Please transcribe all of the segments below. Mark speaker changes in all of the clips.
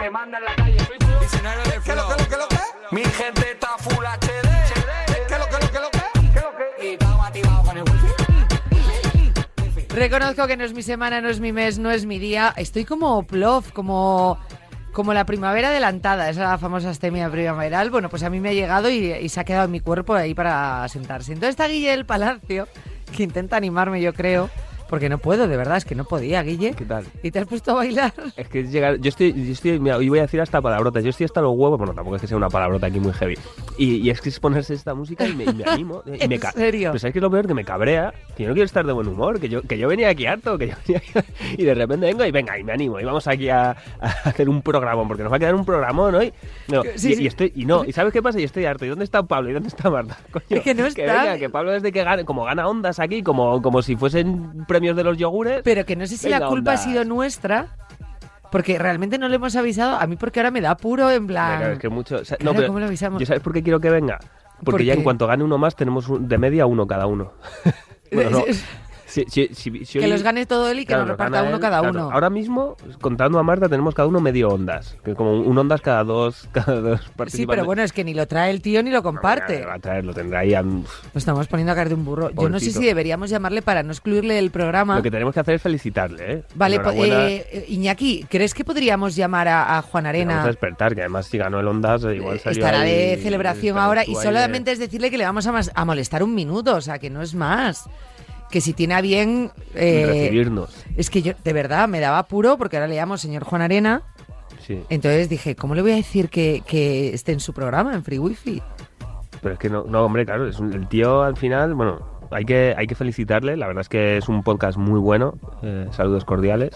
Speaker 1: me mandan la calle.
Speaker 2: ¿Qué lo que, lo que, lo que?
Speaker 1: Mi gente está full HD.
Speaker 2: ¿Qué lo que, lo que, lo que?
Speaker 1: ¿Qué lo que? Y estamos activados con el wifi.
Speaker 3: Reconozco que no es mi semana, no es mi mes, no es mi día. Estoy como plof, como, como la primavera adelantada, esa famosa astemia primaveral. Bueno, pues a mí me ha llegado y, y se ha quedado en mi cuerpo ahí para sentarse. Entonces está Guille del Palacio, que intenta animarme, yo creo. Porque no puedo, de verdad, es que no podía, Guille.
Speaker 4: ¿Qué tal?
Speaker 3: ¿Y te has puesto a bailar?
Speaker 4: Es que es llegar. Yo estoy. Yo estoy mira, hoy voy a decir hasta palabrotas. Yo estoy hasta los huevos. Bueno, tampoco es que sea una palabrota aquí muy heavy. Y, y es que es ponerse esta música y me, y me animo. eh, Y
Speaker 3: ¿En
Speaker 4: me ca-
Speaker 3: serio?
Speaker 4: Pero ¿sabes qué es lo peor? Que me cabrea. Que yo no quiero estar de buen humor. Que yo, que yo venía aquí harto. Que yo venía aquí- y de repente vengo y venga, y me animo. Y vamos aquí a, a hacer un programón. Porque nos va a quedar un programón hoy. No,
Speaker 3: Sí,
Speaker 4: y,
Speaker 3: sí.
Speaker 4: y estoy. Y no. ¿Y sabes qué pasa? Y estoy harto. ¿Y dónde está Pablo? ¿Y dónde está Marta? Coño,
Speaker 3: Es que no está.
Speaker 4: venga, que Pablo desde que gana, como gana ondas aquí, como, como si fuesen premios de los yogures.
Speaker 3: Pero que no sé si la
Speaker 4: Venga,
Speaker 3: culpa
Speaker 4: ondas.
Speaker 3: ha sido nuestra, porque realmente no le hemos avisado. A mí porque ahora me da puro en plan...
Speaker 4: Claro, es que mucho. o sea,
Speaker 3: Claro,
Speaker 4: no, pero
Speaker 3: ¿cómo lo avisamos?
Speaker 4: ¿Yo sabes por qué quiero que venga? Porque
Speaker 3: ¿Por
Speaker 4: ya
Speaker 3: qué?
Speaker 4: en cuanto gane uno más, tenemos un- de media uno cada uno. bueno, no. Si- si- si- si
Speaker 3: que
Speaker 4: hoy-
Speaker 3: los gane todo él y que
Speaker 4: claro,
Speaker 3: nos
Speaker 4: lo
Speaker 3: reparta
Speaker 4: gana
Speaker 3: uno
Speaker 4: él,
Speaker 3: cada
Speaker 4: claro.
Speaker 3: uno.
Speaker 4: Ahora mismo, contando a Marta, tenemos cada uno medio ondas. Que como un un ondas cada dos, cada dos participantes.
Speaker 3: sí, pero bueno, es que ni lo trae el tío ni lo
Speaker 4: No,
Speaker 3: comparte.
Speaker 4: ya Va a traer, lo tendrá ahí. a-
Speaker 3: Nos estamos poniendo a caer de un burro. Yo no sé
Speaker 4: Pobrecito.
Speaker 3: si deberíamos llamarle para no excluirle del programa.
Speaker 4: Lo que tenemos que hacer es felicitarle, ¿eh?
Speaker 3: Ah. Vale, po-
Speaker 4: Enhorabuena.
Speaker 3: eh, eh, Iñaki, ¿crees que podríamos llamar a, a Juan
Speaker 4: Vamos
Speaker 3: Arena?
Speaker 4: a despertar, que además si ganó el Ondas, eh, igual
Speaker 3: Eh,
Speaker 4: salió
Speaker 3: Estará
Speaker 4: ahí-
Speaker 3: de celebración
Speaker 4: estarás
Speaker 3: ahora y
Speaker 4: tú ahí eh,
Speaker 3: solamente
Speaker 4: de-
Speaker 3: es decirle que le vamos a, mas- a molestar un minuto, o sea, que no es más. Que si tiene a bien... eh,
Speaker 4: Recibirnos.
Speaker 3: Es que yo, de verdad, me daba apuro porque ahora le llamo señor Juan Arena.
Speaker 4: Sí.
Speaker 3: Entonces dije, ¿cómo le voy a decir que, que esté en su programa, en Free Wifi?
Speaker 4: Pero es que no, no hombre, claro, es un- el tío al final, bueno, hay que, hay que felicitarle, la verdad es que es un podcast muy bueno, eh, saludos cordiales.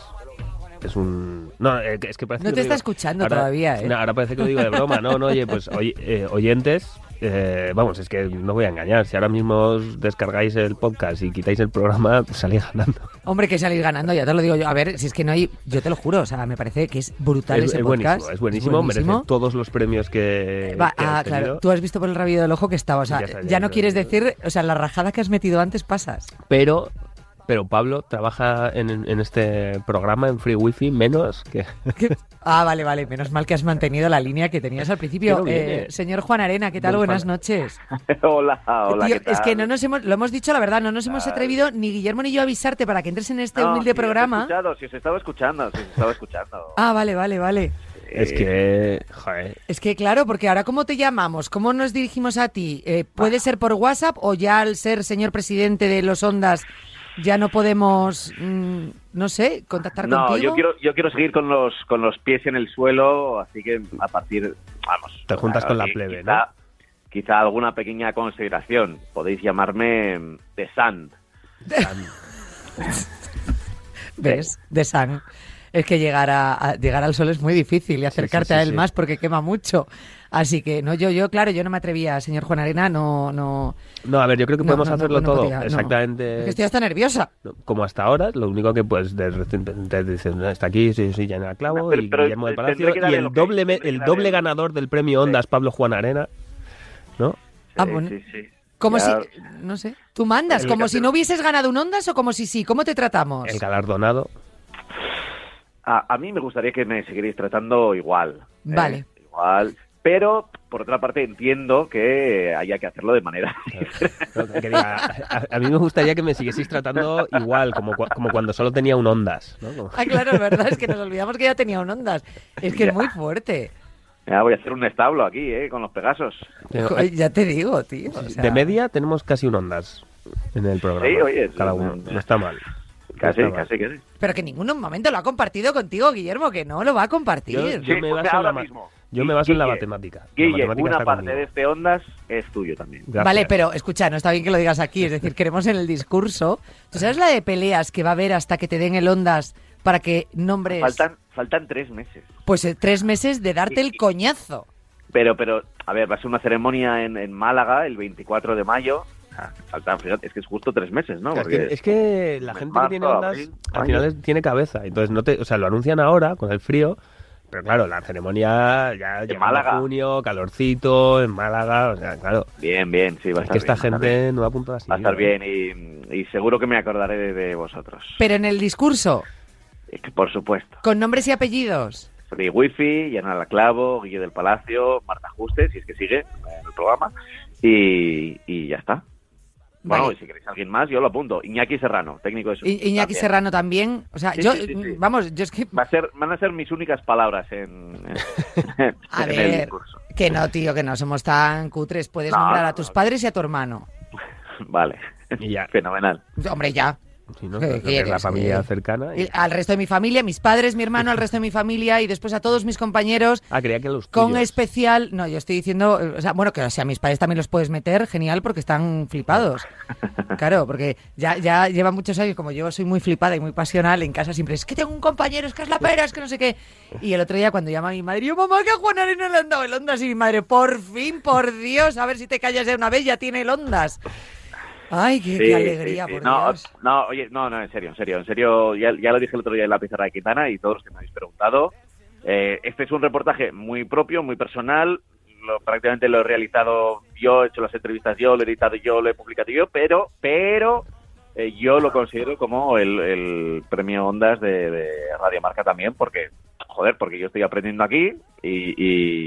Speaker 4: Es un... No, eh, es que parece
Speaker 3: No
Speaker 4: que
Speaker 3: te está
Speaker 4: lo digo-
Speaker 3: escuchando
Speaker 4: ahora-
Speaker 3: todavía, ¿eh?
Speaker 4: no, ahora parece que lo digo de broma, no, no, oye, pues oy- eh, oyentes, eh, vamos, es que no voy a engañar, si ahora mismo os descargáis el podcast y quitáis el programa, pues salís ganando.
Speaker 3: Hombre, que salís ganando, ya te lo digo yo. A ver, si es que no hay... Yo te lo juro, o sea, me parece que es brutal
Speaker 4: es,
Speaker 3: ese
Speaker 4: es
Speaker 3: podcast.
Speaker 4: buenísimo, es buenísimo, merece todos los premios que...
Speaker 3: Va-
Speaker 4: que has
Speaker 3: ah, claro,
Speaker 4: tenido.
Speaker 3: tú has visto por el rabillo del ojo que estaba, o sea,
Speaker 4: Ya
Speaker 3: ya,
Speaker 4: está, ya
Speaker 3: no
Speaker 4: lo-
Speaker 3: quieres decir, o sea, la rajada que has metido antes pasas.
Speaker 4: pero pero Pablo trabaja en, en este programa en Free Wifi menos que
Speaker 3: ¿Qué? Ah, vale, vale, menos mal que has mantenido la línea que tenías al principio.
Speaker 4: Pero viene.
Speaker 3: Eh, señor Juan Arena, ¿qué tal?
Speaker 4: Del
Speaker 3: Buenas
Speaker 4: fan-
Speaker 3: noches.
Speaker 5: Hola, hola.
Speaker 3: Tío,
Speaker 5: ¿qué tal?
Speaker 3: Es que no nos hemos, lo hemos dicho la verdad, no nos hemos atrevido ni Guillermo ni yo a avisarte para que entres en este
Speaker 5: No,
Speaker 3: humilde
Speaker 5: Ah, sí, os he
Speaker 3: programa.
Speaker 5: escuchado, sí, os estaba escuchando, sí, os estaba escuchando.
Speaker 3: Ah, vale, vale, vale.
Speaker 4: es que joder,
Speaker 3: Es que claro, porque ahora cómo te llamamos, cómo nos dirigimos a ti, Eh, puede ser por WhatsApp o ya al ser señor presidente de los Ondas ya no podemos, mm, no sé, contactar
Speaker 5: no,
Speaker 3: contigo.
Speaker 5: yo quiero, yo quiero seguir con los, con los pies en el suelo, así que a partir, vamos.
Speaker 4: Te juntas con la
Speaker 5: sí,
Speaker 4: plebe,
Speaker 5: quizá, Quizá alguna pequeña consideración. Podéis llamarme mm, The Sun.
Speaker 3: ¿Ves? De San. Es que llegar, a, a- llegar al sol es muy difícil y acercarte
Speaker 4: sí,
Speaker 3: a
Speaker 4: sí,
Speaker 3: él
Speaker 4: sí.
Speaker 3: más porque quema mucho. Así que no, yo, yo, claro, yo no me atrevía, señor Juan Arena, no, no.
Speaker 4: no a ver yo creo que
Speaker 3: no,
Speaker 4: podemos
Speaker 3: no, no,
Speaker 4: hacerlo
Speaker 3: no
Speaker 4: todo
Speaker 3: podía, no. Es
Speaker 4: exactamente
Speaker 3: que estoy hasta nerviosa.
Speaker 4: no, como hasta ahora lo único que pues de repente te dicen "No, está aquí sí sí Janela Clavo
Speaker 5: No, pero-
Speaker 4: y
Speaker 5: pero
Speaker 4: Guillermo del
Speaker 5: tendré que
Speaker 4: Palacio y
Speaker 5: darle
Speaker 4: el
Speaker 5: lo que-
Speaker 4: doble me-
Speaker 5: tendré que
Speaker 4: el
Speaker 5: darle
Speaker 4: doble
Speaker 5: lo-
Speaker 4: ganador del premio Ondas Pablo Juan Arena no
Speaker 3: Ah,
Speaker 5: Sí,
Speaker 3: bueno.
Speaker 5: sí, sí.
Speaker 3: Como
Speaker 5: Ya-
Speaker 3: si, no sé, tú mandas,
Speaker 4: El
Speaker 3: como
Speaker 4: que-
Speaker 3: si no hubieses ganado un Ondas o como si sí, ¿cómo te tratamos?
Speaker 4: el galardonado
Speaker 5: A, a mí me gustaría que me seguiréis tratando igual. ¿eh?
Speaker 3: Vale.
Speaker 5: Igual. Pero, por otra parte, entiendo que haya que hacerlo de manera
Speaker 4: No, que diga, a, a mí me gustaría que me siguieseis tratando igual como cua- como cuando solo tenía un Ondas ¿no? Como-
Speaker 3: Ah, claro, es verdad, es que nos olvidamos que ya tenía un Ondas. Es que es muy fuerte.
Speaker 5: Ya voy a hacer un establo aquí, ¿eh? Con los Pegasos.
Speaker 4: Pero-
Speaker 3: Jo, Ya te digo, tío. o sea,
Speaker 4: de media tenemos casi un ondas en el programa.
Speaker 5: Sí, oye,
Speaker 4: cada
Speaker 5: sí,
Speaker 4: uno.
Speaker 5: no,
Speaker 4: No está mal. No
Speaker 5: Casi,
Speaker 4: está mal.
Speaker 5: casi, casi.
Speaker 3: Pero que en ningún momento lo ha compartido contigo, Guillermo, que no lo va a compartir.
Speaker 4: Yo, yo
Speaker 5: Sí,
Speaker 4: me
Speaker 5: o
Speaker 4: baso
Speaker 5: sea,
Speaker 4: en la
Speaker 5: ahora
Speaker 4: ma-
Speaker 5: mismo.
Speaker 4: yo me baso en la
Speaker 5: Guille,
Speaker 4: matemática. La
Speaker 5: Guille,
Speaker 4: matemática
Speaker 5: una
Speaker 4: está
Speaker 5: parte
Speaker 4: conmigo.
Speaker 5: de este Ondas es tuyo también.
Speaker 4: Gracias.
Speaker 3: Vale, pero escucha, no está bien que lo digas aquí, es decir, queremos en el discurso. ¿Tú sabes la de peleas que va a haber hasta que te den el ondas para que nombres?
Speaker 5: Faltan, faltan tres meses.
Speaker 3: Pues eh, tres meses de darte el coñazo.
Speaker 5: Pero, pero, a ver, va a ser una ceremonia en, en Málaga el 24 de mayo. Ah, Faltan, fíjate, es que es justo tres meses, ¿no?
Speaker 4: Claro, es, que,
Speaker 5: Porque-
Speaker 4: es que la
Speaker 5: en
Speaker 4: gente que
Speaker 5: marzo,
Speaker 4: tiene ondas
Speaker 5: abril,
Speaker 4: al
Speaker 5: mayo.
Speaker 4: final es- tiene cabeza. Entonces, no te, o sea, lo anuncian ahora con el frío. Pero claro, la ceremonia ya llegando
Speaker 5: Málaga.
Speaker 4: junio, calorcito, en Málaga. O sea, claro,
Speaker 5: Bien, bien, sí, va
Speaker 4: es
Speaker 5: a estar
Speaker 4: que esta
Speaker 5: bien, va a estar bien.
Speaker 4: gente no da punto de así.
Speaker 5: Va a estar bien y, y seguro que me acordaré de, de vosotros.
Speaker 3: Pero en el discurso,
Speaker 5: Es que, Por supuesto.
Speaker 3: con nombres y apellidos.
Speaker 5: Free Wifi, Yanala Clavo, Guille del Palacio, Marta Juste, si es que sigue en el programa, y, y ya está. Bueno,
Speaker 3: Vale.
Speaker 5: y si queréis alguien más, yo lo apunto. Iñaki Serrano, técnico de su.
Speaker 3: I- Iñaki
Speaker 5: también.
Speaker 3: Serrano también. O sea,
Speaker 5: Sí,
Speaker 3: yo,
Speaker 5: sí, sí, sí.
Speaker 3: vamos, yo es que...
Speaker 5: Va a ser, van a ser mis únicas palabras en, en-
Speaker 3: A
Speaker 5: en el
Speaker 3: ver,
Speaker 5: discurso.
Speaker 3: que no, tío, que no somos tan cutres. Puedes
Speaker 5: No,
Speaker 3: nombrar
Speaker 5: no,
Speaker 3: a tus
Speaker 5: no.
Speaker 3: padres y a tu hermano.
Speaker 5: Vale,
Speaker 4: Y ya.
Speaker 5: fenomenal.
Speaker 3: Hombre, ya.
Speaker 4: Sí, ¿no?
Speaker 3: ¿Qué
Speaker 4: Lo que es la
Speaker 3: quieres?
Speaker 4: familia
Speaker 3: Eh,
Speaker 4: cercana. y-
Speaker 3: Y Al resto de mi familia, mis padres, mi hermano, al resto de mi familia y después a todos mis compañeros.
Speaker 4: Ah, creía que los
Speaker 3: Con
Speaker 4: tuyos.
Speaker 3: especial, no, yo estoy diciendo, eh, o sea, bueno, que o sea, mis padres también los puedes meter, genial, porque están flipados. Claro, porque ya, ya lleva muchos años, como yo soy muy flipada y muy pasional, en casa siempre es que tengo un compañero, es que es la pera, es que no sé qué. Y el otro día cuando llama mi madre, yo, mamá, que a Juan Arena le han dado el Ondas, y mi madre, por fin, por Dios, a ver si te callas de una vez, ya tiene el Ondas. Ay, qué, qué
Speaker 5: Sí,
Speaker 3: alegría,
Speaker 5: sí, sí.
Speaker 3: por
Speaker 5: no,
Speaker 3: Dios.
Speaker 5: no, oye, no, no, en serio, en serio, en serio, ya, ya lo dije el otro día en la pizarra de Quintana y todos los que me habéis preguntado. eh, este es un reportaje muy propio, muy personal. Lo, prácticamente lo he realizado yo, he hecho las entrevistas yo, lo he editado yo, lo he publicado yo, pero, pero eh, yo lo considero como el, el premio Ondas de, de Radio Marca también, porque, joder, porque yo estoy aprendiendo aquí y,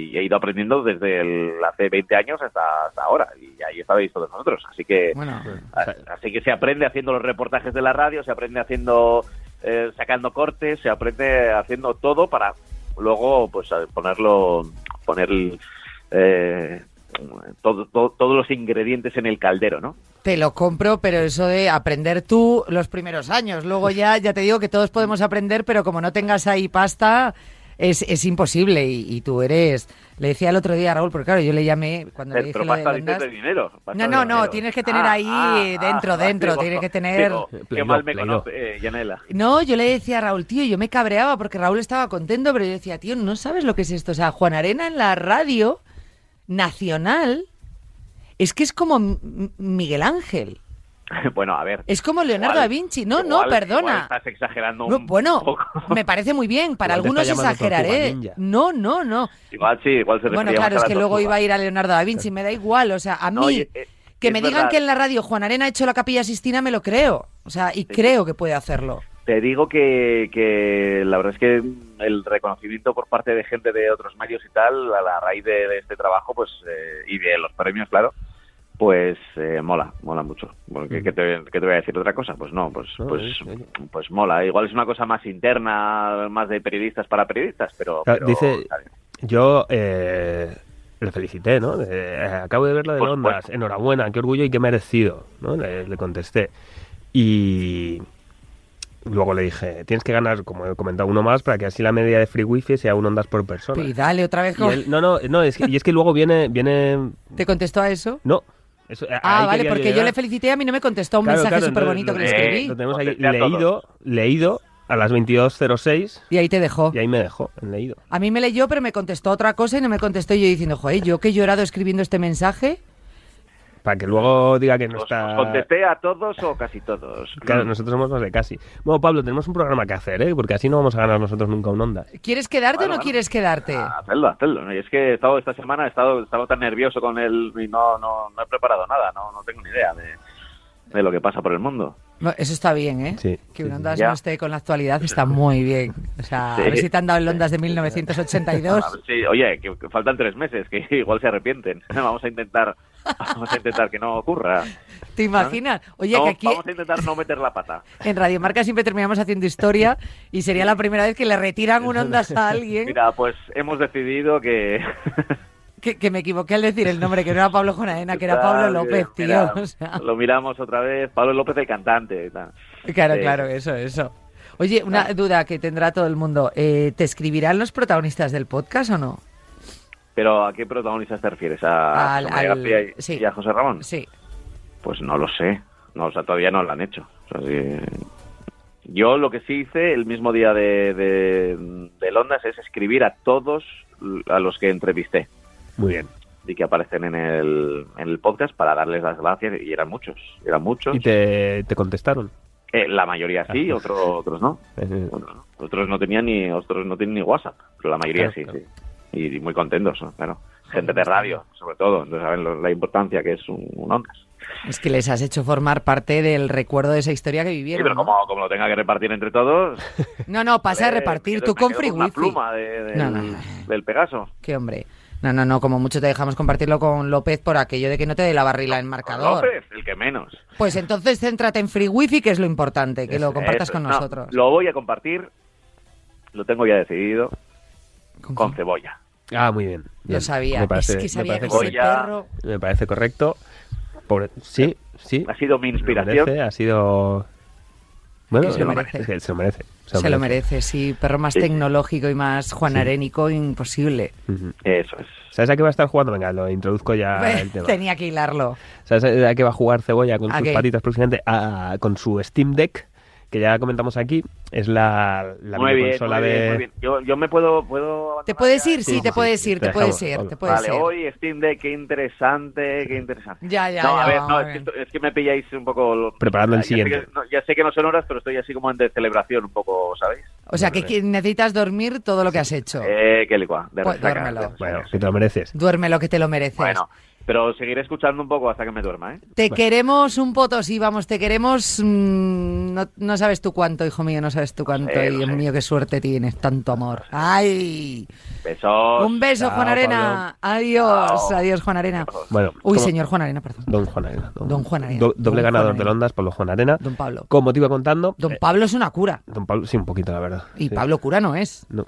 Speaker 5: y he ido aprendiendo desde el- hace 20 años hasta, hasta ahora, y ahí estabais todos nosotros. Así que,
Speaker 3: Bueno,
Speaker 5: a- Ah, Así que se aprende haciendo los reportajes de la radio, se aprende haciendo eh, sacando cortes, se aprende haciendo todo para luego pues a- ponerlo poner el, eh, todo- todo- todos los ingredientes en el caldero, ¿no?
Speaker 3: Te lo compro, pero eso de aprender tú los primeros años. Luego ya, ya te digo que todos podemos aprender, pero como no tengas ahí pasta, es, es imposible. Y, y tú eres. Le decía el otro día a Raúl, porque claro, yo le llamé cuando le dije
Speaker 5: Eh, Pero, pero
Speaker 3: lo de
Speaker 5: basta
Speaker 3: Ondas.
Speaker 5: de dinero. basta
Speaker 3: No, no,
Speaker 5: de
Speaker 3: no,
Speaker 5: dinero. Ah,
Speaker 3: tienes que tener ahí dentro, dentro, tienes que tener-
Speaker 5: digo,
Speaker 4: Play
Speaker 5: qué mal
Speaker 4: Doh,
Speaker 5: me
Speaker 4: Play
Speaker 5: conoce, eh, Yanela.
Speaker 3: No, yo le decía a Raúl, tío, yo me cabreaba porque Raúl estaba contento, pero yo decía, tío, no sabes lo que es esto. O sea, Juan Arena en la radio nacional es que es como M- M- Miguel Ángel,
Speaker 5: bueno, a ver.
Speaker 3: es como Leonardo
Speaker 5: igual-
Speaker 3: da Vinci. No, no,
Speaker 5: igual- igual
Speaker 3: perdona.
Speaker 5: estás exagerando
Speaker 3: No,
Speaker 5: un
Speaker 3: bueno,
Speaker 5: poco.
Speaker 3: me parece muy bien. Para
Speaker 4: Igual te
Speaker 3: algunos
Speaker 4: está llamando Tortuga
Speaker 3: exageraré.
Speaker 4: Ninja.
Speaker 3: No, no, no.
Speaker 5: Igual sí, igual se
Speaker 3: Bueno,
Speaker 5: refería más
Speaker 3: claro, es
Speaker 5: a la
Speaker 3: que luego
Speaker 5: tortuga.
Speaker 3: iba a ir a Leonardo da Vinci. Me da igual. O sea, a mí,
Speaker 5: No, y- eh,
Speaker 3: que
Speaker 5: es
Speaker 3: me digan
Speaker 5: verdad.
Speaker 3: que en la radio Juan Arena ha hecho la capilla Sistina, me lo creo. O sea, y creo que puede hacerlo.
Speaker 5: Te digo que, que la verdad es que el reconocimiento por parte de gente de otros medios y tal, a la raíz de, de este trabajo pues eh, y de los premios, claro, pues eh, mola, mola mucho. Porque, ¿qué, te, qué te voy a decir otra cosa? Pues no, pues,
Speaker 4: Mm. No,
Speaker 5: pues,
Speaker 4: es- es-
Speaker 5: pues mola. Igual es una cosa más interna, más de periodistas para periodistas, pero...
Speaker 4: Claro,
Speaker 5: pero,
Speaker 4: dice-
Speaker 5: está bien.
Speaker 4: Yo eh, le felicité, ¿no? Eh, acabo de verlo de
Speaker 5: Por
Speaker 4: Ondas.
Speaker 5: supuesto.
Speaker 4: Enhorabuena, qué orgullo y qué merecido, ¿no? Le, le contesté. Y luego le dije, tienes que ganar, como he comentado, uno más para que así la media de free wifi sea un Ondas por persona.
Speaker 3: Y Pues dale otra vez.
Speaker 4: Y
Speaker 3: con-
Speaker 4: él- no, no, no, es que, y es que luego viene, viene,
Speaker 3: ¿Te contestó a eso?
Speaker 4: no. Eso, a-
Speaker 3: Ah,
Speaker 4: ahí
Speaker 3: vale,
Speaker 4: quería
Speaker 3: porque yo
Speaker 4: llegar.
Speaker 3: le felicité, a mí no me contestó un
Speaker 4: Claro,
Speaker 3: mensaje
Speaker 4: claro,
Speaker 3: súper bonito que
Speaker 4: entonces
Speaker 3: le
Speaker 5: lo-
Speaker 3: escribí.
Speaker 4: Lo tenemos ahí
Speaker 5: Contesté a
Speaker 4: leído, leído a las 22.06
Speaker 3: Y ahí te dejó.
Speaker 4: y ahí me dejó, en leído.
Speaker 3: A mí me leyó, pero me contestó otra cosa y no me contestó Y yo diciendo, joder, yo que he llorado escribiendo este mensaje.
Speaker 4: Para que luego diga que no
Speaker 5: ¿Os-
Speaker 4: está...
Speaker 5: Pues os contesté a todos o casi todos? Mm.
Speaker 4: Claro, nosotros somos más de casi. Bueno, Pablo, tenemos un programa que hacer, ¿eh? Porque así no vamos a ganar nosotros nunca un onda.
Speaker 3: ¿Quieres quedarte
Speaker 5: Bueno,
Speaker 3: o no
Speaker 5: bueno.
Speaker 3: quieres quedarte?
Speaker 5: Ah, Hazlo, hazlo. ¿no? Y es que he estado esta semana he estado, he estado tan nervioso con él y no, no, no he preparado nada, no, no tengo ni idea de, de lo que pasa por el mundo.
Speaker 3: No, Eso está bien, ¿eh?
Speaker 4: Sí,
Speaker 3: que
Speaker 4: sí,
Speaker 3: un
Speaker 4: sí.
Speaker 3: Ondas
Speaker 5: Ya.
Speaker 3: no esté con la actualidad está muy bien. O sea, a
Speaker 5: Sí.
Speaker 3: ver si te han dado el Ondas de
Speaker 5: A
Speaker 3: 1982.
Speaker 5: ver si- oye, que, que faltan tres meses, que igual se arrepienten. Vamos a intentar, vamos a intentar que no ocurra.
Speaker 3: ¿Te imaginas? Oye,
Speaker 5: No,
Speaker 3: que aquí
Speaker 5: Vamos a intentar no meter la pata.
Speaker 3: en Radio Marca siempre terminamos haciendo historia y sería la primera vez que le retiran un Ondas a alguien.
Speaker 5: Mira, pues hemos decidido que
Speaker 3: Que, que me equivoqué al decir el nombre, que no era Pablo Jonaena, que era
Speaker 5: Está
Speaker 3: Pablo
Speaker 5: bien,
Speaker 3: López, tío.
Speaker 5: eh, mira,
Speaker 3: O sea,
Speaker 5: Lo miramos otra vez. Pablo López, el cantante. y tal.
Speaker 3: claro,
Speaker 5: Sí.
Speaker 3: claro, eso, eso. Oye, una duda que tendrá todo el mundo. eh, ¿Te escribirán los protagonistas del podcast o no?
Speaker 5: Pero ¿a qué protagonistas te refieres? ¿A,
Speaker 3: Al-
Speaker 5: a María
Speaker 3: al-
Speaker 5: García y,
Speaker 3: sí.
Speaker 5: y a José Ramón?
Speaker 3: Sí.
Speaker 5: Pues no lo sé. No, o sea, todavía no lo han hecho. O sea, que- Yo lo que sí hice el mismo día de, de, del Ondas es escribir a todos a los que entrevisté
Speaker 4: Muy bien.
Speaker 5: y que aparecen en el, en el podcast para darles las gracias y eran muchos, eran muchos.
Speaker 4: ¿Y te, te contestaron?
Speaker 5: Eh, la mayoría sí,
Speaker 4: Ah.
Speaker 5: otro- otros no.
Speaker 4: Eh,
Speaker 5: Otros no. Otros no tenían ni otros no tienen ni WhatsApp, pero la mayoría
Speaker 4: Claro,
Speaker 5: sí,
Speaker 4: claro.
Speaker 5: sí. Y, y muy contentos, ¿no? claro. gente de radio, sobre todo. Entonces saben lo- la importancia que es un, un Ondas.
Speaker 3: Es que les has hecho formar parte del recuerdo de esa historia que
Speaker 5: Sí,
Speaker 3: vivieron.
Speaker 5: pero
Speaker 3: ¿no?
Speaker 5: como, como lo tenga que repartir entre todos...
Speaker 3: no, no, pasa a
Speaker 5: joder, me
Speaker 3: repartir tú
Speaker 5: quedo- me
Speaker 3: con
Speaker 5: Eh, quedo
Speaker 3: free
Speaker 5: una
Speaker 3: wifi.
Speaker 5: pluma de- de-
Speaker 3: No, no, no.
Speaker 5: del Pegaso.
Speaker 3: Qué hombre. No, no, no, como mucho te dejamos compartirlo con López por aquello de que no te dé la barrila en marcador.
Speaker 5: López, el que menos.
Speaker 3: Pues entonces céntrate en free wifi, que es lo importante, que lo compartas
Speaker 5: Eso,
Speaker 3: con
Speaker 5: no,
Speaker 3: nosotros.
Speaker 5: lo voy a compartir, lo tengo ya decidido,
Speaker 3: Con-
Speaker 5: con cebolla.
Speaker 4: Ah, muy bien.
Speaker 3: Lo
Speaker 4: bien.
Speaker 3: sabía.
Speaker 4: Me parece,
Speaker 3: es que
Speaker 4: me
Speaker 3: sabía que
Speaker 4: parece
Speaker 3: ese
Speaker 5: correcto.
Speaker 3: perro...
Speaker 4: cor- me parece correcto. Pobre- Sí, sí.
Speaker 5: Ha sido mi
Speaker 4: lo
Speaker 5: inspiración.
Speaker 4: merece, ha sido. Bueno,
Speaker 3: Que se lo merece.
Speaker 4: es que se lo merece.
Speaker 3: Se, lo merece, sí. Perro más
Speaker 5: Sí.
Speaker 3: tecnológico y más juanarénico, imposible.
Speaker 4: Ujú.
Speaker 5: Eso es.
Speaker 4: ¿Sabes a qué va a estar jugando? Venga, lo introduzco ya Ah, el tema.
Speaker 3: Pues, Tenía que hilarlo.
Speaker 4: ¿Sabes a qué va a jugar Cebolla con
Speaker 3: ¿A
Speaker 4: sus
Speaker 3: qué?
Speaker 4: patitas próximamente? A- con su Steam Deck, que ya comentamos aquí. Es la, la
Speaker 5: muy bien,
Speaker 4: miniconsola
Speaker 5: muy bien,
Speaker 4: de.
Speaker 5: muy bien. Yo, yo me puedo... puedo
Speaker 3: ¿Te puedes ir?
Speaker 4: Sí,
Speaker 3: Sí,
Speaker 4: sí,
Speaker 3: te
Speaker 4: sí.
Speaker 3: puedes ir,
Speaker 4: Te
Speaker 3: te puedes
Speaker 4: dejamos,
Speaker 3: ir,
Speaker 4: hola.
Speaker 3: te puedes
Speaker 5: vale,
Speaker 3: ir.
Speaker 5: hoy Steam Deck, qué interesante, qué interesante.
Speaker 3: Ya, ya,
Speaker 5: no,
Speaker 3: ya.
Speaker 5: a ver, no,
Speaker 3: vamos
Speaker 5: es que,
Speaker 3: bien.
Speaker 5: esto- es que me pilláis un poco... lo-
Speaker 4: Preparando el
Speaker 5: ya sé que-
Speaker 4: siguiente.
Speaker 5: no, ya sé que no son horas, pero estoy así como en de celebración un poco, ¿sabéis?
Speaker 3: O sea, que que necesitas dormir todo lo que has hecho.
Speaker 5: Eh, qué licua, de
Speaker 3: Pues,
Speaker 5: resaca,
Speaker 3: duérmelo.
Speaker 5: de resaca,
Speaker 4: Bueno,
Speaker 5: sí.
Speaker 4: que te lo mereces.
Speaker 3: Duerme lo que te lo mereces.
Speaker 5: Bueno, pero seguiré escuchando un poco hasta que me duerma, ¿eh?
Speaker 3: te queremos un potosí, vamos, te queremos... mm, no, no sabes tú cuánto, hijo mío, no sabes tú cuánto.
Speaker 5: sé,
Speaker 3: y,
Speaker 5: lo
Speaker 3: Dios
Speaker 5: sé.
Speaker 3: mío, qué suerte tienes, tanto amor. ¡Ay!
Speaker 5: Besos.
Speaker 3: Un beso,
Speaker 4: Chao,
Speaker 3: Juan Arena. Adiós,
Speaker 5: Chao.
Speaker 3: adiós, Juan Arena.
Speaker 4: Bueno,
Speaker 3: Uy,
Speaker 4: como-
Speaker 3: señor Juan Arena, perdón.
Speaker 4: Don Juan Arena.
Speaker 3: Don Juan Arena.
Speaker 4: do- doble
Speaker 3: Don
Speaker 4: ganador
Speaker 3: Juan
Speaker 4: del
Speaker 3: Arena.
Speaker 4: Ondas por lo Juan Arena.
Speaker 3: Don Pablo.
Speaker 4: Como te iba contando.
Speaker 3: Don
Speaker 4: eh,
Speaker 3: Pablo es una cura.
Speaker 4: Don Pablo, sí, un poquito, la verdad.
Speaker 3: Y
Speaker 4: Sí.
Speaker 3: Pablo cura no es.
Speaker 4: No.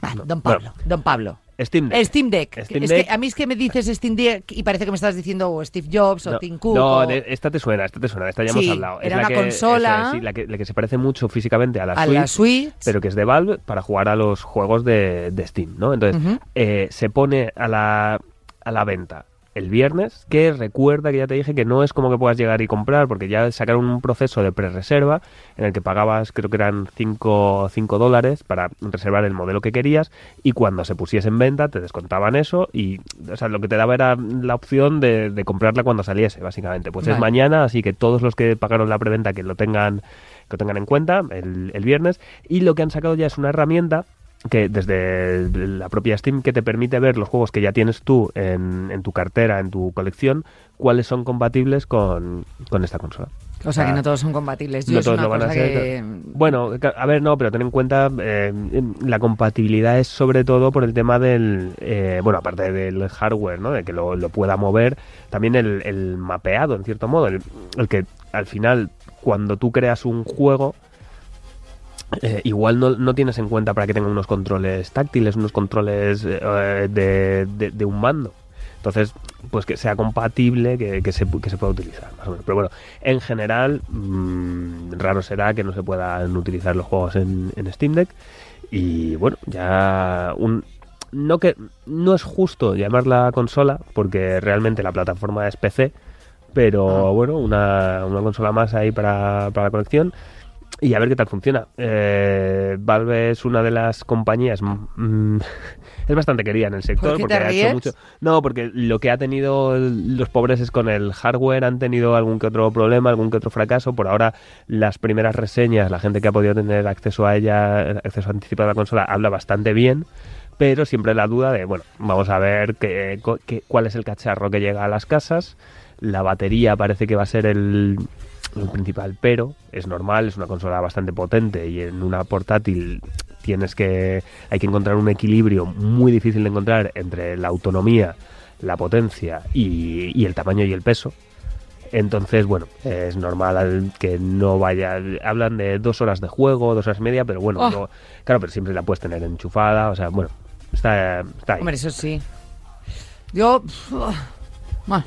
Speaker 3: Ah,
Speaker 4: No,
Speaker 3: Don Pablo,
Speaker 4: bueno.
Speaker 3: Don Pablo.
Speaker 4: Steam Deck.
Speaker 3: Steam Deck.
Speaker 4: Steam
Speaker 3: es
Speaker 4: Deck.
Speaker 3: que a mí es que me dices Steam Deck y parece que me estás diciendo o Steve Jobs o
Speaker 4: No,
Speaker 3: Tim Cook.
Speaker 4: no,
Speaker 3: o-
Speaker 4: de- esta te suena, esta te suena, de esta ya hemos
Speaker 3: Sí,
Speaker 4: hablado.
Speaker 3: era
Speaker 4: la
Speaker 3: una
Speaker 4: que-
Speaker 3: consola.
Speaker 4: esa es, sí, la, que, la que se parece mucho físicamente a la
Speaker 3: a
Speaker 4: Switch.
Speaker 3: la Switch.
Speaker 4: pero que es de Valve para jugar a los juegos de, de Steam, ¿no? Entonces,
Speaker 3: Ujú.
Speaker 4: eh, se pone a la, a la venta el viernes, que recuerda que ya te dije que no es como que puedas llegar y comprar, porque ya sacaron un proceso de pre-reserva en el que pagabas, creo que eran 5 dólares para reservar el modelo que querías, y cuando se pusiese en venta te descontaban eso, y o sea, lo que te daba era la opción de, de comprarla cuando saliese, básicamente. Pues es
Speaker 3: Vale.
Speaker 4: mañana, así que todos los que pagaron la preventa que lo tengan que lo tengan en cuenta el, el viernes. Y lo que han sacado ya es una herramienta que desde la propia Steam que te permite ver los juegos que ya tienes tú en, en tu cartera, en tu colección, cuáles son compatibles con, con esta consola.
Speaker 3: O sea que
Speaker 4: Ah,
Speaker 3: no todos son compatibles. Yo
Speaker 4: no
Speaker 3: es
Speaker 4: todos
Speaker 3: una
Speaker 4: lo van a
Speaker 3: cosa
Speaker 4: hacer.
Speaker 3: que-
Speaker 4: Bueno, ca- a ver, no, pero ten en cuenta, eh, la compatibilidad es sobre todo por el tema del, eh, bueno, aparte del hardware, ¿no? De que lo, lo pueda mover, también el, el mapeado, en cierto modo, el, el que al final, cuando tú creas un juego, eh, igual no, no tienes en cuenta para que tenga unos controles táctiles, unos controles eh, de, de- de un mando. Entonces, pues que sea compatible, que, que se, pu- que se pueda utilizar, más o menos. Pero bueno, en general, mm, raro será que no se puedan utilizar los juegos en, en Steam Deck. Y bueno, ya un... No, que, no es justo llamarla consola, porque realmente la plataforma es PC, pero
Speaker 3: Ah.
Speaker 4: bueno, una, una consola más ahí para, para la colección y a ver qué tal funciona. Eh, Valve es una de las compañías. mm, es bastante querida en el sector
Speaker 3: ¿Por qué
Speaker 4: porque
Speaker 3: te
Speaker 4: ha
Speaker 3: ríes?
Speaker 4: hecho mucho. No, porque lo que ha tenido los pobres es con el hardware, han tenido algún que otro problema, algún que otro fracaso. Por ahora, las primeras reseñas, la gente que ha podido tener acceso a ella, acceso anticipado a la consola, habla bastante bien. Pero siempre la duda de, bueno, vamos a ver qué, co- qué- cuál es el cacharro que llega a las casas. La batería parece que va a ser el, el principal pero. Es normal, es una consola bastante potente y en una portátil tienes que hay que encontrar un equilibrio muy difícil de encontrar entre la autonomía, la potencia y, y el tamaño y el peso. Entonces, bueno, es normal al- que no vaya. Hablan de dos horas de juego, dos horas y media, pero bueno,
Speaker 3: Oh.
Speaker 4: no- claro, pero siempre la puedes tener enchufada, o sea, bueno, está, está ahí.
Speaker 3: Hombre, eso sí. Yo. Bueno.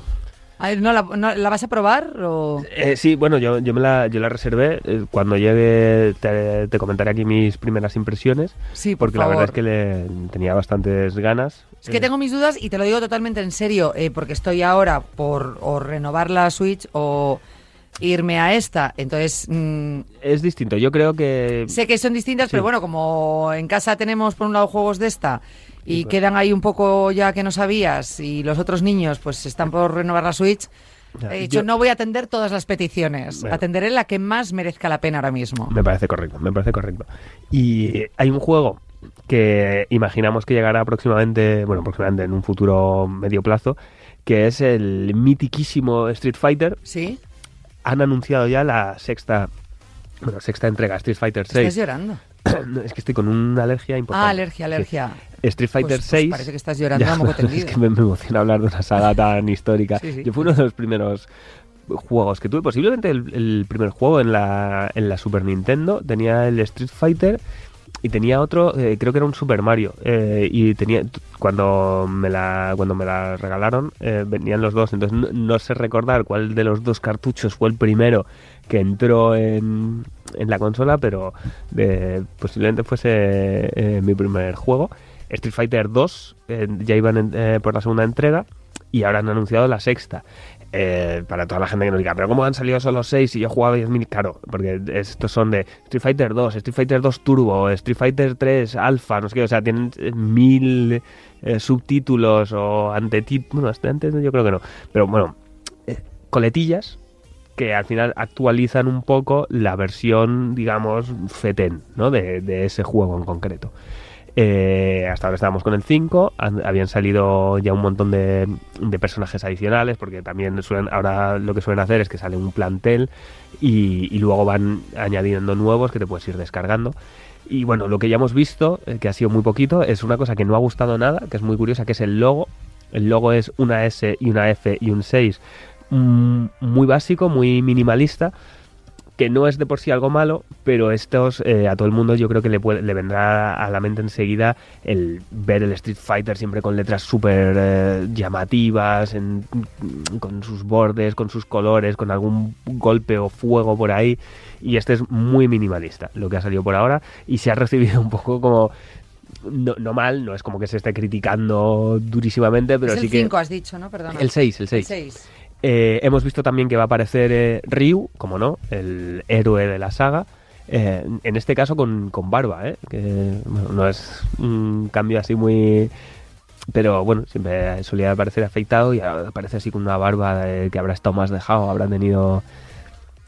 Speaker 3: A ver, ¿no la, no- ¿la vas a probar? O...
Speaker 4: Eh, sí, bueno, yo, yo me la, yo la reservé. eh, cuando llegue te, te comentaré aquí mis primeras impresiones,
Speaker 3: Sí, por
Speaker 4: porque la verdad
Speaker 3: favor.
Speaker 4: es que le tenía bastantes ganas.
Speaker 3: Es que
Speaker 4: Eh,
Speaker 3: tengo mis dudas y te lo digo totalmente en serio, eh, porque estoy ahora por o renovar la Switch o irme a esta. Entonces, mm,
Speaker 4: Es distinto, yo creo que...
Speaker 3: sé que son distintas,
Speaker 4: Sí.
Speaker 3: pero bueno, como en casa tenemos por un lado juegos de esta y quedan ahí un poco ya que no sabías y los otros niños pues están por renovar la Switch,
Speaker 4: Ya,
Speaker 3: he dicho
Speaker 4: yo-
Speaker 3: no voy a atender todas las peticiones,
Speaker 4: Bueno.
Speaker 3: atenderé la que más merezca la pena ahora mismo.
Speaker 4: Me parece correcto, me parece correcto. Y eh, hay un juego que imaginamos que llegará próximamente, bueno, próximamente en un futuro medio plazo, que es el mitiquísimo Street Fighter.
Speaker 3: ¿Sí?
Speaker 4: Han anunciado ya la sexta, bueno, sexta entrega, Street Fighter 6.
Speaker 3: Estás llorando.
Speaker 4: No, es que estoy con una alergia importante.
Speaker 3: Ah, alergia, alergia.
Speaker 4: Sí. Street Fighter
Speaker 3: Pues- pues
Speaker 4: 6.
Speaker 3: parece que estás llorando
Speaker 4: Ya,
Speaker 3: a moco
Speaker 4: bueno,
Speaker 3: tendido.
Speaker 4: Es que me, me emociona hablar de una saga tan histórica.
Speaker 3: Sí, sí.
Speaker 4: Yo fui uno de los primeros juegos que tuve. Posiblemente el, el primer juego en la, en la Super Nintendo. Tenía el Street Fighter y tenía otro, eh, creo que era un Super Mario. Eh, y tenía t- cuando me la, cuando me la regalaron, eh, venían los dos. Entonces no, no sé recordar cuál de los dos cartuchos fue el primero que entró en, en la consola, pero eh, posiblemente fuese eh, mi primer juego. Street Fighter 2 eh, ya iban en- eh, por la segunda entrega y ahora han anunciado la sexta. Eh, para toda la gente que nos diga, pero ¿cómo han salido solo 6 y yo jugaba 10.000? Claro, porque estos son de Street Fighter 2, Street Fighter 2 Turbo, Street Fighter 3 Alpha, no sé qué, o sea, tienen eh, mil eh, subtítulos o antetítulos, bueno, hasta antes yo creo que no, pero bueno, eh, coletillas que al final actualizan un poco la versión, digamos, FETEN, ¿no? De, de ese juego en concreto. Eh, hasta ahora estábamos con el 5, han- habían salido ya un montón de, de personajes adicionales, porque también suelen, ahora lo que suelen hacer es que sale un plantel y, y luego van añadiendo nuevos que te puedes ir descargando. Y bueno, lo que ya hemos visto, eh, que ha sido muy poquito, es una cosa que no ha gustado nada, que es muy curiosa, que es el logo. El logo es una S y una F y un 6, mm, muy básico, muy minimalista que no es de por sí algo malo, pero estos eh, a todo el mundo yo creo que le, puede- le vendrá a la mente enseguida el ver el Street Fighter siempre con letras súper eh, llamativas, en- mm, con sus bordes, con sus colores, con algún golpe o fuego por ahí. Y este es muy minimalista, lo que ha salido por ahora, y se ha recibido un poco como... No, no mal, no es como que se esté criticando durísimamente, pero
Speaker 3: es
Speaker 4: sí
Speaker 3: el 5,
Speaker 4: que...
Speaker 3: has dicho, ¿no? Perdona.
Speaker 4: El 6, el 6.
Speaker 3: El seis.
Speaker 4: Eh, hemos visto también que va a aparecer eh, Ryu, como no, el héroe de la saga. eh, en este caso con, con barba, ¿eh? que bueno, no es un cambio así muy... Pero bueno, siempre solía aparecer afeitado y ahora aparece así con una barba eh, que habrá estado más dejado, habrá tenido...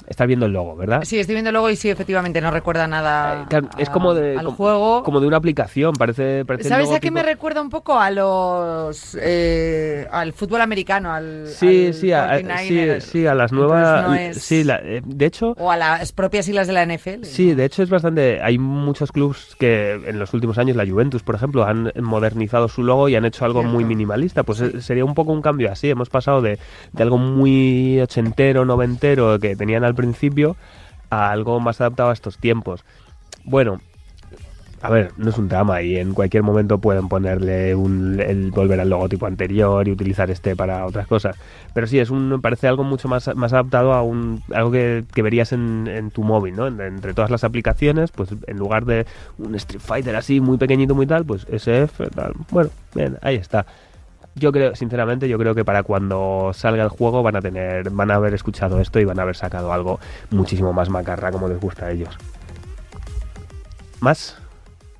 Speaker 4: Estás viendo el logo, ¿verdad?
Speaker 3: Sí, estoy viendo el logo y sí, efectivamente, no recuerda nada.
Speaker 4: Eh, claro, es como de,
Speaker 3: Al
Speaker 4: como,
Speaker 3: juego.
Speaker 4: como de una aplicación, parece... parece el
Speaker 3: ¿Sabes
Speaker 4: logo
Speaker 3: a qué me
Speaker 4: tipo-
Speaker 3: recuerda un poco? A los. eh, al fútbol americano, al.
Speaker 4: Sí,
Speaker 3: al
Speaker 4: sí, a, a-
Speaker 3: 49ers.
Speaker 4: sí, sí, a las
Speaker 3: Entonces
Speaker 4: nuevas...
Speaker 3: no es-
Speaker 4: Sí, la- eh, de hecho...
Speaker 3: O a las propias islas de la NFL.
Speaker 4: Sí, de hecho es bastante. Hay muchos clubes que en los últimos años, la Juventus, por ejemplo, han modernizado su logo y han hecho algo
Speaker 3: Cierto.
Speaker 4: muy minimalista. Pues eh, sería un poco un cambio así. Hemos pasado de, de algo muy ochentero, noventero que tenían al principio a algo más adaptado a estos tiempos. Bueno. A ver, no es un drama y en cualquier momento pueden ponerle un, el volver al logotipo anterior y utilizar este para otras cosas. Pero sí, es un, me parece algo mucho más, más adaptado a un, algo que, que verías en, en tu móvil, ¿no? En- entre todas las aplicaciones, pues en lugar de un Street Fighter así, muy pequeñito, muy tal, pues SF, tal. Bueno, bien, ahí está. Yo creo, sinceramente, yo creo que para cuando salga el juego van a tener, van a haber escuchado esto y van a haber sacado algo muchísimo más macarra como les gusta a ellos. ¿Más?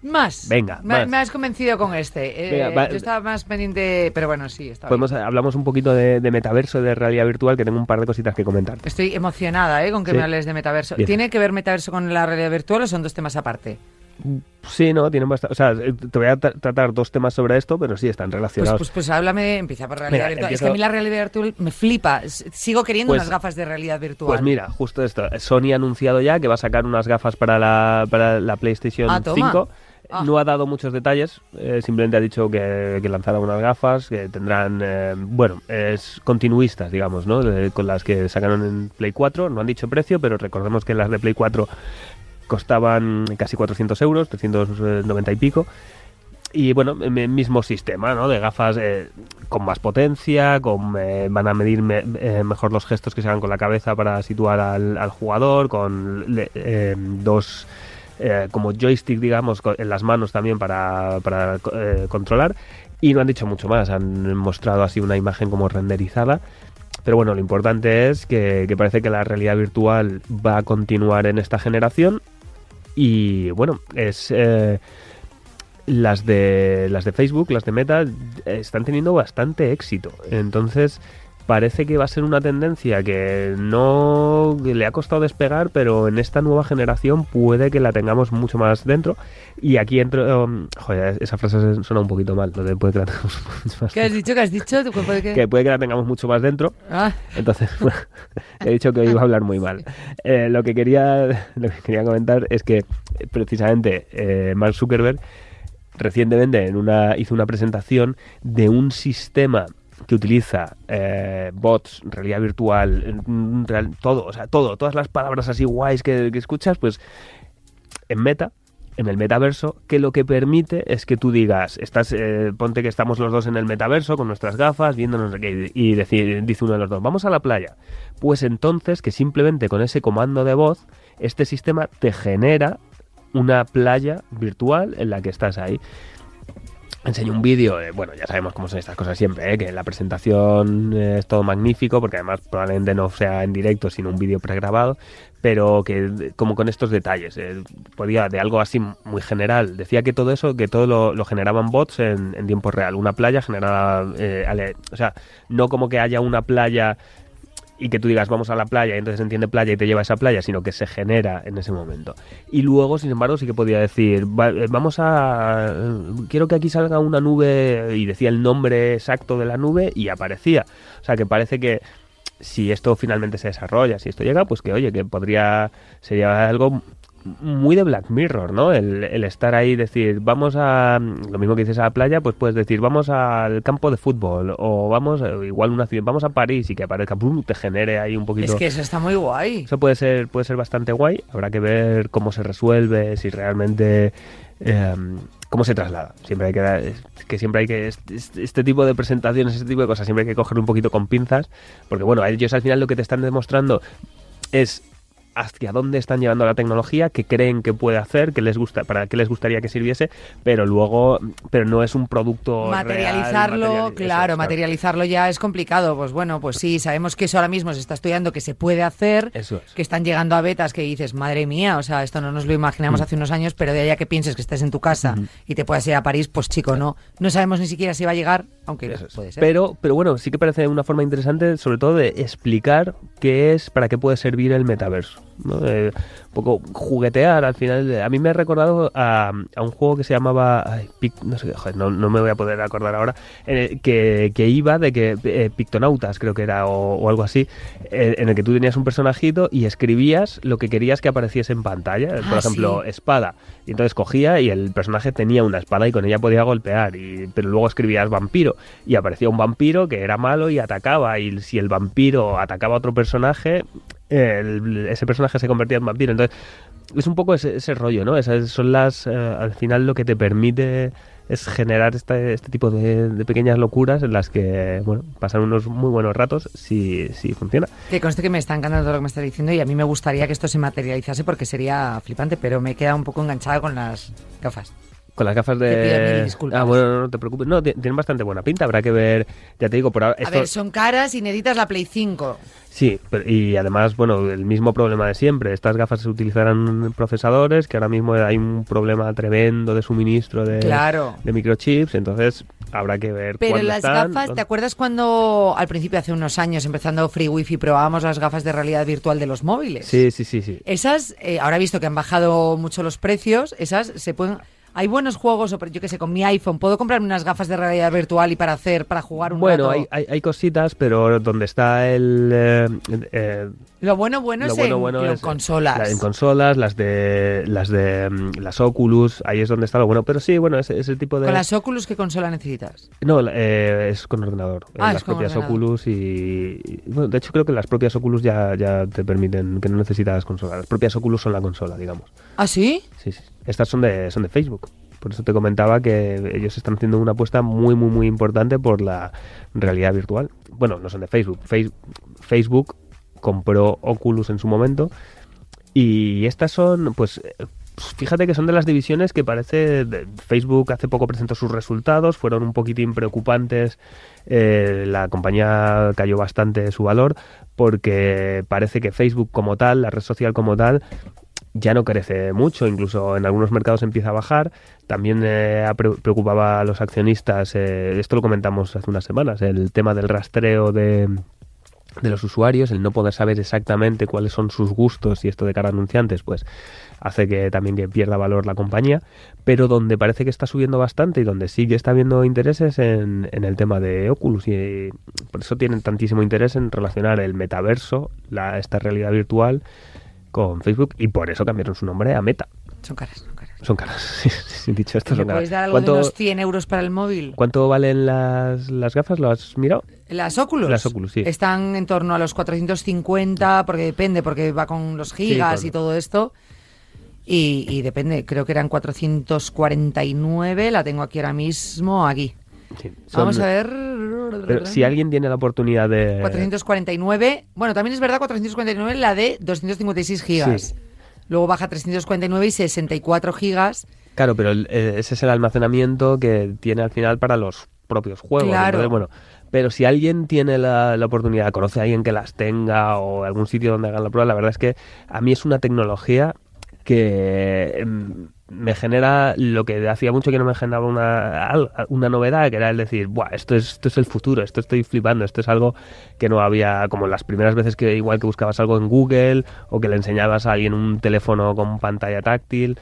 Speaker 3: Más.
Speaker 4: Venga,
Speaker 3: Me,
Speaker 4: más.
Speaker 3: me has convencido con este. Eh,
Speaker 4: Venga, va-
Speaker 3: yo estaba más pendiente. Pero bueno, sí, está bien.
Speaker 4: Podemos, hablamos un poquito de, de metaverso, de realidad virtual, que tengo un par de cositas que comentar.
Speaker 3: Estoy emocionada ¿eh? con que
Speaker 4: Sí.
Speaker 3: me hables de metaverso.
Speaker 4: Bien.
Speaker 3: ¿Tiene que ver metaverso con la realidad virtual o son dos temas aparte? Pues,
Speaker 4: Sí, no, tienen bastante. O sea, eh, te voy a tra- tratar dos temas sobre esto, pero sí están
Speaker 3: Pues,
Speaker 4: relacionados.
Speaker 3: pues, pues háblame, empieza por realidad
Speaker 4: Mira,
Speaker 3: virtual. Es
Speaker 4: empiezo-
Speaker 3: que a mí la realidad virtual me flipa. S- Sigo queriendo
Speaker 4: Pues-
Speaker 3: unas gafas de realidad virtual.
Speaker 4: Pues mira, justo esto. Sony ha anunciado ya que va a sacar unas gafas para la, para la PlayStation
Speaker 3: Ah, toma.
Speaker 4: 5.
Speaker 3: Ah.
Speaker 4: No ha dado muchos detalles, eh, simplemente ha dicho que, que lanzará unas gafas que tendrán, eh, bueno, es continuistas, digamos, ¿no? De- con las que sacaron en Play 4. No han dicho precio, pero recordemos que las de Play 4 costaban casi 400 euros, 390 y pico. Y bueno, el mismo sistema, ¿no? De gafas eh, con más potencia, con eh, van a medir me- eh, mejor los gestos que se hagan con la cabeza para situar al, al jugador, con le- eh, dos eh, como joystick, digamos, co- en las manos también para, para, eh, controlar. Y no han dicho mucho más, han mostrado así una imagen como renderizada. Pero bueno, lo importante es que, que parece que la realidad virtual va a continuar en esta generación. Y bueno, es... eh, las de las de Facebook, las de Meta, eh, están teniendo bastante éxito. Entonces, parece que va a ser una tendencia que no que le ha costado despegar, pero en esta nueva generación puede que la tengamos mucho más dentro. Y aquí entro. um, joder, esa frase suena un poquito mal, lo de puede que la tengamos mucho más
Speaker 3: ¿Qué has dicho? ¿Qué has dicho? ¿Tu cuerpo de qué?
Speaker 4: que puede que la tengamos mucho más dentro.
Speaker 3: Ah,
Speaker 4: Entonces, he dicho que hoy iba a hablar muy mal. Eh, lo, que quería, lo que quería comentar es que eh, precisamente eh, Mark Zuckerberg recientemente en una, hizo una presentación de un sistema que utiliza eh, bots, realidad virtual, mm, real- todo, o sea, todo, todas las palabras así guays que, que escuchas, pues en meta, en el metaverso, que lo que permite es que tú digas, estás, eh, ponte que estamos los dos en el metaverso con nuestras gafas, viéndonos aquí, y decir, dice uno de los dos, vamos a la playa. Pues entonces que simplemente con ese comando de voz, este sistema te genera una playa virtual en la que estás ahí. Enseño un vídeo, eh, bueno, ya sabemos cómo son estas cosas siempre, ¿eh? que la presentación eh, es todo magnífico, porque además probablemente no sea en directo, sino un vídeo pregrabado, pero que eh, como con estos detalles, eh, podía de algo así muy general. Decía que todo eso, que todo lo, lo generaban bots en, en tiempo real, una playa generada, eh, ale- o sea, no como que haya una playa y que tú digas vamos a la playa y entonces entiende playa y te lleva a esa playa, sino que se genera en ese momento. Y luego, sin embargo, sí que podía decir "Va- eh, vamos a... eh, quiero que aquí salga una nube y decía el nombre exacto de la nube y aparecía. O sea que parece que si esto finalmente se desarrolla, si esto llega, pues que oye, que podría... sería algo muy de Black Mirror, ¿no? El, el estar ahí y decir, vamos a... Lo mismo que dices a la playa, pues puedes decir, vamos al campo de fútbol o vamos, eh, igual una ciudad, vamos a París y que aparezca, ¡pum!, te genere ahí un poquito...
Speaker 3: es que eso está muy guay.
Speaker 4: Eso puede ser, puede ser bastante guay, habrá que ver cómo se resuelve, si realmente... eh, cómo se traslada. Siempre hay que, dar- es que siempre hay que este- este este tipo de presentaciones, este tipo de cosas, siempre hay que coger un poquito con pinzas, porque bueno, ellos al final lo que te están demostrando es hacia dónde están llevando la tecnología, qué creen que puede hacer, qué les gusta, para qué les gustaría que sirviese, pero luego, pero no es un producto real,
Speaker 3: Materializarlo,
Speaker 4: material- eso,
Speaker 3: claro, materializarlo ya es complicado. Pues bueno, pues sí, sabemos que eso ahora mismo se está estudiando, que se puede hacer,
Speaker 4: Eso es.
Speaker 3: que están llegando a betas que dices, madre mía, o sea, esto no nos lo
Speaker 4: Mm.
Speaker 3: imaginamos hace unos años, pero de allá que pienses que estés en tu casa y te puedas ir a París, pues chico, no. No sabemos ni siquiera si va a llegar, aunque
Speaker 4: Eso es.
Speaker 3: puede ser.
Speaker 4: Pero, pero bueno, sí que parece una forma interesante, sobre todo, de explicar qué es, para qué puede servir el metaverso. ¿no? Eh, un poco juguetear al final. A mí me ha recordado a, a un juego que se llamaba. ay, Pic- no sé, joder, no, no me voy a poder acordar ahora. en el que, que iba de que eh, Pictonautas, creo que era, o, o algo así, eh, en el que tú tenías un personajito y escribías lo que querías que apareciese en pantalla. Por
Speaker 3: Ah,
Speaker 4: ejemplo,
Speaker 3: sí.
Speaker 4: espada. Y entonces cogía y el personaje tenía una espada y con ella podía golpear. Y, pero luego escribías vampiro. Y aparecía un vampiro que era malo y atacaba. Y si el vampiro atacaba a otro personaje, el- ese personaje se convertía en vampiro. Entonces, es un poco ese, ese rollo, ¿no? Esas son las. eh, al final lo que te permite es generar este, este tipo de, de pequeñas locuras en las que, bueno, pasan unos muy buenos ratos si, si funciona.
Speaker 3: Que conste que me está encantando todo lo que me está diciendo y a mí me gustaría que esto se materializase porque sería flipante, pero me he quedado un poco enganchada con las gafas.
Speaker 4: Con las gafas de.
Speaker 3: Te pido mil disculpas.
Speaker 4: Ah, bueno, no, no te preocupes. No, ti- tienen bastante buena pinta. Habrá que ver. Ya te digo, por ahora.
Speaker 3: A
Speaker 4: esto-
Speaker 3: ver, son caras y necesitas la Play 5.
Speaker 4: Sí, pero- y además, bueno, el mismo problema de siempre. Estas gafas se utilizarán en procesadores, que ahora mismo hay un problema tremendo de suministro de,
Speaker 3: Claro.
Speaker 4: de microchips. Entonces, habrá que ver.
Speaker 3: Pero
Speaker 4: cuándo
Speaker 3: las
Speaker 4: están,
Speaker 3: gafas, ¿te
Speaker 4: dónde-
Speaker 3: acuerdas cuando al principio, hace unos años, empezando Free Wifi, probábamos las gafas de realidad virtual de los móviles?
Speaker 4: Sí, sí, sí, sí.
Speaker 3: Esas, eh, ahora he visto que han bajado mucho los precios, esas se pueden... Hay buenos juegos, o, yo qué sé, con mi iPhone, ¿puedo comprarme unas gafas de realidad virtual y para hacer, para jugar un
Speaker 4: Bueno,
Speaker 3: rato?
Speaker 4: hay, hay, hay cositas, pero donde está el... eh, eh,
Speaker 3: Lo bueno bueno
Speaker 4: lo
Speaker 3: es
Speaker 4: bueno,
Speaker 3: en,
Speaker 4: bueno
Speaker 3: en
Speaker 4: es- eh,
Speaker 3: consolas.
Speaker 4: la- en consolas, las de las de mm, las Oculus, ahí es donde está lo bueno. Pero sí, bueno, ese, ese tipo de...
Speaker 3: ¿Con las Oculus qué consola necesitas?
Speaker 4: No, la- eh, es con ordenador. Eh,
Speaker 3: Ah, es
Speaker 4: las
Speaker 3: con
Speaker 4: propias
Speaker 3: ordenador.
Speaker 4: Oculus y, y- bueno, de hecho creo que las propias Oculus ya, ya te permiten que no necesitas consola. Las propias Oculus son la consola, digamos.
Speaker 3: ¿Ah, sí?
Speaker 4: Sí, sí. Estas son de son de Facebook. Por eso te comentaba que ellos están haciendo una apuesta muy muy muy importante por la realidad virtual. Bueno, no son de Facebook. Face- Facebook compró Oculus en su momento y estas son, pues, eh, pues, fíjate que son de las divisiones que parece. de- Facebook hace poco presentó sus resultados, fueron un poquitín preocupantes. eh, la compañía cayó bastante su valor porque parece que Facebook como tal, la red social como tal, ya no crece mucho, incluso en algunos mercados empieza a bajar. También eh, ha pre- preocupaba a los accionistas, eh, esto lo comentamos hace unas semanas, el tema del rastreo de de los usuarios, el no poder saber exactamente cuáles son sus gustos y esto de cara a anunciantes, pues hace que también que pierda valor la compañía, pero donde parece que está subiendo bastante y donde sí que está habiendo intereses en, en el tema de Oculus y eh, por eso tienen tantísimo interés en relacionar el metaverso, la, esta realidad virtual con Facebook y por eso cambiaron su nombre a Meta.
Speaker 3: Son caras, son caras.
Speaker 4: Son caras, sí, sí, dicho esto,
Speaker 3: ¿Le
Speaker 4: son
Speaker 3: podéis
Speaker 4: caras.
Speaker 3: dar algo de unos 100 euros para el móvil?
Speaker 4: cuánto valen las, las gafas? ¿Lo has mirado?
Speaker 3: Las Oculus.
Speaker 4: Las Oculus, sí.
Speaker 3: Están en torno a los 450, porque depende, porque va con los gigas
Speaker 4: con-
Speaker 3: y todo esto. Y, y depende, creo que eran 449, la tengo aquí ahora mismo, aquí.
Speaker 4: Sí, son-
Speaker 3: Vamos a ver.
Speaker 4: Pero si alguien eh, tiene la oportunidad de...
Speaker 3: 449, bueno, también es verdad 449 la de 256 gigas.
Speaker 4: Sí.
Speaker 3: Luego baja a 349 y 64 gigas.
Speaker 4: Claro, pero el- eh, ese es el almacenamiento que tiene al final para los propios juegos.
Speaker 3: Claro.
Speaker 4: Entonces, bueno, pero si alguien tiene la, la oportunidad, conoce a alguien que las tenga o algún sitio donde hagan la prueba, la verdad es que a mí es una tecnología que mm, me genera lo que hacía mucho que no me generaba una, al- una novedad, que era el decir, Buah, esto, es, esto es el futuro, esto estoy flipando, esto es algo que no había, como las primeras veces que igual que buscabas algo en Google o que le enseñabas a alguien un teléfono con pantalla táctil.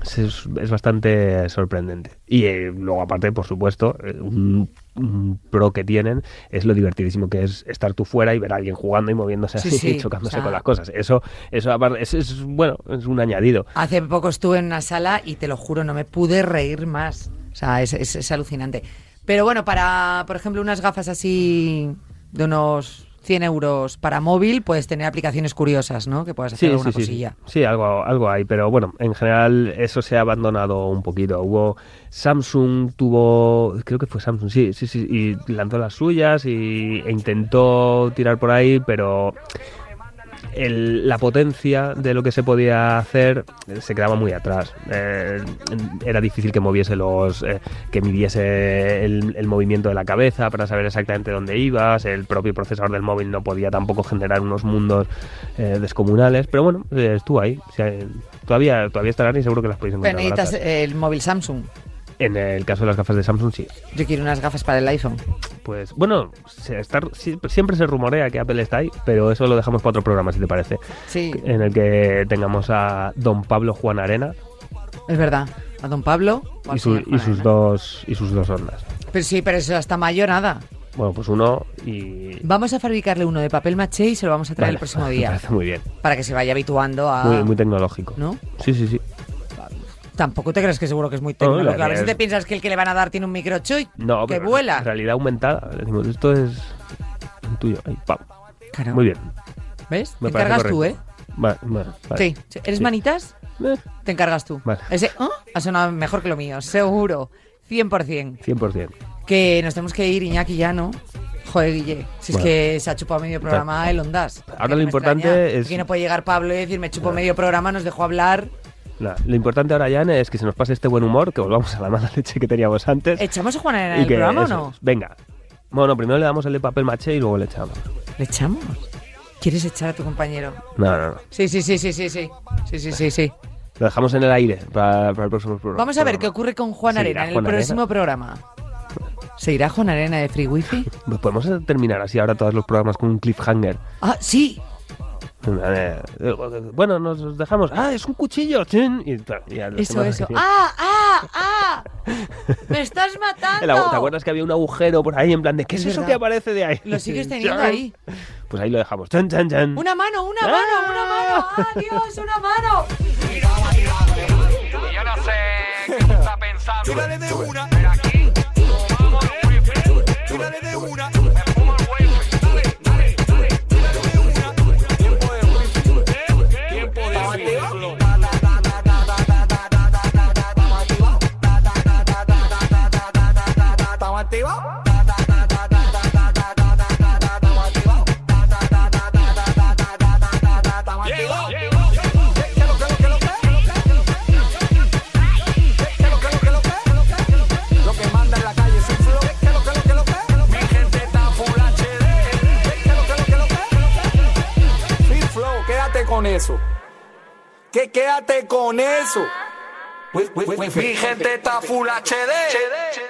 Speaker 4: Es, es- es bastante sorprendente. Y eh, luego, aparte, por supuesto, eh, un, un pro que tienen es lo divertidísimo que es estar tú fuera y ver a alguien jugando y moviéndose
Speaker 3: Sí,
Speaker 4: así
Speaker 3: sí,
Speaker 4: y
Speaker 3: o
Speaker 4: chocándose
Speaker 3: sea-
Speaker 4: con las cosas. Eso, eso aparte, es, es, bueno, es un añadido.
Speaker 3: Hace poco estuve en una sala y te lo juro, no me pude reír más. O sea, es, es- es alucinante. Pero bueno, para, por ejemplo, unas gafas así de unos 100 euros para móvil, puedes tener aplicaciones curiosas, ¿no? Que puedas hacer alguna
Speaker 4: sí,
Speaker 3: cosilla.
Speaker 4: Sí, algo, algo hay, pero bueno, en general eso se ha abandonado un poquito. Hubo Samsung tuvo, creo que fue Samsung, sí, sí, sí, y lanzó las suyas y, e intentó tirar por ahí, pero el- la potencia de lo que se podía hacer eh, se quedaba muy atrás. Eh, era difícil que moviese los, eh, que midiese el, el movimiento de la cabeza para saber exactamente dónde ibas. El propio procesador del móvil no podía tampoco generar unos mundos eh, descomunales. Pero bueno, eh, estuvo ahí. O sea, eh, todavía, todavía estarán y seguro que las podéis
Speaker 3: Pero
Speaker 4: encontrar.
Speaker 3: necesitas eh,
Speaker 4: baratas.
Speaker 3: el móvil Samsung.
Speaker 4: En el caso de las gafas de Samsung, sí.
Speaker 3: Yo quiero unas gafas para el iPhone.
Speaker 4: Pues bueno, se está- siempre, siempre se rumorea que Apple está ahí, pero eso lo dejamos para otro programa, si te parece.
Speaker 3: Sí,
Speaker 4: en el que tengamos a don Pablo Juan Arena
Speaker 3: es verdad. A don Pablo. o al
Speaker 4: y, su-
Speaker 3: señor
Speaker 4: y sus
Speaker 3: Juan Arena.
Speaker 4: dos y sus dos ondas.
Speaker 3: Pero sí, pero eso hasta mayo nada.
Speaker 4: Bueno, pues uno y
Speaker 3: Vamos a fabricarle uno de papel maché y se lo vamos a traer
Speaker 4: Vale,
Speaker 3: el próximo
Speaker 4: me
Speaker 3: día.
Speaker 4: parece muy bien,
Speaker 3: Para que se vaya habituando a...
Speaker 4: muy, muy tecnológico.
Speaker 3: ¿No?
Speaker 4: Sí, sí, sí.
Speaker 3: Tampoco te crees que seguro que es muy técnico.
Speaker 4: Oh, la
Speaker 3: a ver si
Speaker 4: verdad
Speaker 3: te
Speaker 4: es-
Speaker 3: piensas que el que le van a dar tiene un microchip
Speaker 4: No,
Speaker 3: que
Speaker 4: pero
Speaker 3: vuela.
Speaker 4: Realidad aumentada. Le decimos, esto es el tuyo. Ahí, pam.
Speaker 3: Claro.
Speaker 4: Muy bien.
Speaker 3: ¿Ves?
Speaker 4: Me
Speaker 3: te
Speaker 4: parece
Speaker 3: Ah. encargas tú, ¿eh?
Speaker 4: correcto. Va- va- vale.
Speaker 3: Sí. Sí. ¿Eres
Speaker 4: Sí.
Speaker 3: manitas?
Speaker 4: Eh,
Speaker 3: Te encargas tú.
Speaker 4: Vale.
Speaker 3: Ese ¿ah? ha sonado mejor que lo mío, seguro. 100%.
Speaker 4: 100%.
Speaker 3: Que nos tenemos que ir, Iñaki, ya, ¿no? Joder, Guille. Si
Speaker 4: Bueno.
Speaker 3: es que se ha chupado medio programa el Ondas.
Speaker 4: Ahora
Speaker 3: Que no
Speaker 4: lo
Speaker 3: me
Speaker 4: importante es-
Speaker 3: Aquí no puede llegar Pablo y decir, me chupo medio programa, nos dejó hablar.
Speaker 4: Nada, Lo importante ahora, Jan, es que se nos pase este buen humor, que volvamos a la mala leche que teníamos antes.
Speaker 3: ¿Echamos a Juan Arena
Speaker 4: y
Speaker 3: del
Speaker 4: que
Speaker 3: programa o
Speaker 4: eso
Speaker 3: no?
Speaker 4: es. Venga. Bueno, primero le damos el de papel maché y luego le echamos.
Speaker 3: ¿Le echamos? ¿Quieres echar a tu compañero?
Speaker 4: No, no, no.
Speaker 3: Sí, sí, sí, sí, sí, sí. Sí, sí, sí, sí.
Speaker 4: Lo dejamos en el aire para, para el próximo programa.
Speaker 3: Vamos a ver qué ocurre con Juan
Speaker 4: ¿Se
Speaker 3: Arena
Speaker 4: irá
Speaker 3: en el
Speaker 4: Juan Arena?
Speaker 3: próximo programa. ¿Se irá Juan Arena de Free Wifi?
Speaker 4: Pues podemos terminar así ahora todos los programas con un cliffhanger.
Speaker 3: Ah, sí.
Speaker 4: Eh, Bueno, nos dejamos. ¡Ah, es un cuchillo! chin, Y, ta- y a la
Speaker 3: Eso,
Speaker 4: semana
Speaker 3: eso.
Speaker 4: que viene.
Speaker 3: ¡Ah, ah, ah! ¡Me estás
Speaker 4: El agu- ¿Te
Speaker 3: matando!
Speaker 4: acuerdas que había un agujero por ahí en plan de qué es,
Speaker 3: Es
Speaker 4: eso
Speaker 3: verdad.
Speaker 4: que aparece de ahí?
Speaker 3: Lo sigues teniendo
Speaker 4: Chan.
Speaker 3: ahí.
Speaker 4: Pues ahí lo dejamos. Chan, chan, chan.
Speaker 3: ¡Una mano, una
Speaker 4: Ah.
Speaker 3: mano, una mano! ¡Ah, Dios, una mano!
Speaker 2: Yo no sé qué está pensando.
Speaker 1: Tírale de una,
Speaker 2: Pero aquí, fumamos wifi.
Speaker 1: tírale de una,
Speaker 2: Me fumo el wifi. Dale, dale, dale.
Speaker 1: tírale de una. Tiempo de wifi,
Speaker 2: Tiempo de
Speaker 1: vamos
Speaker 2: wifi.
Speaker 1: activado. Estamos activados.
Speaker 2: Llegó, llegó.
Speaker 1: ¿Qué lo que lo que lo que? ¿Qué lo que lo que lo que? Lo que manda en la calle es un flow. ¿Qué lo que lo que lo que?
Speaker 2: Mi gente está full HD.
Speaker 1: ¿Qué lo que lo que lo que? Free flow, quédate con eso. Que quédate con eso.
Speaker 2: Mi gente está full HD.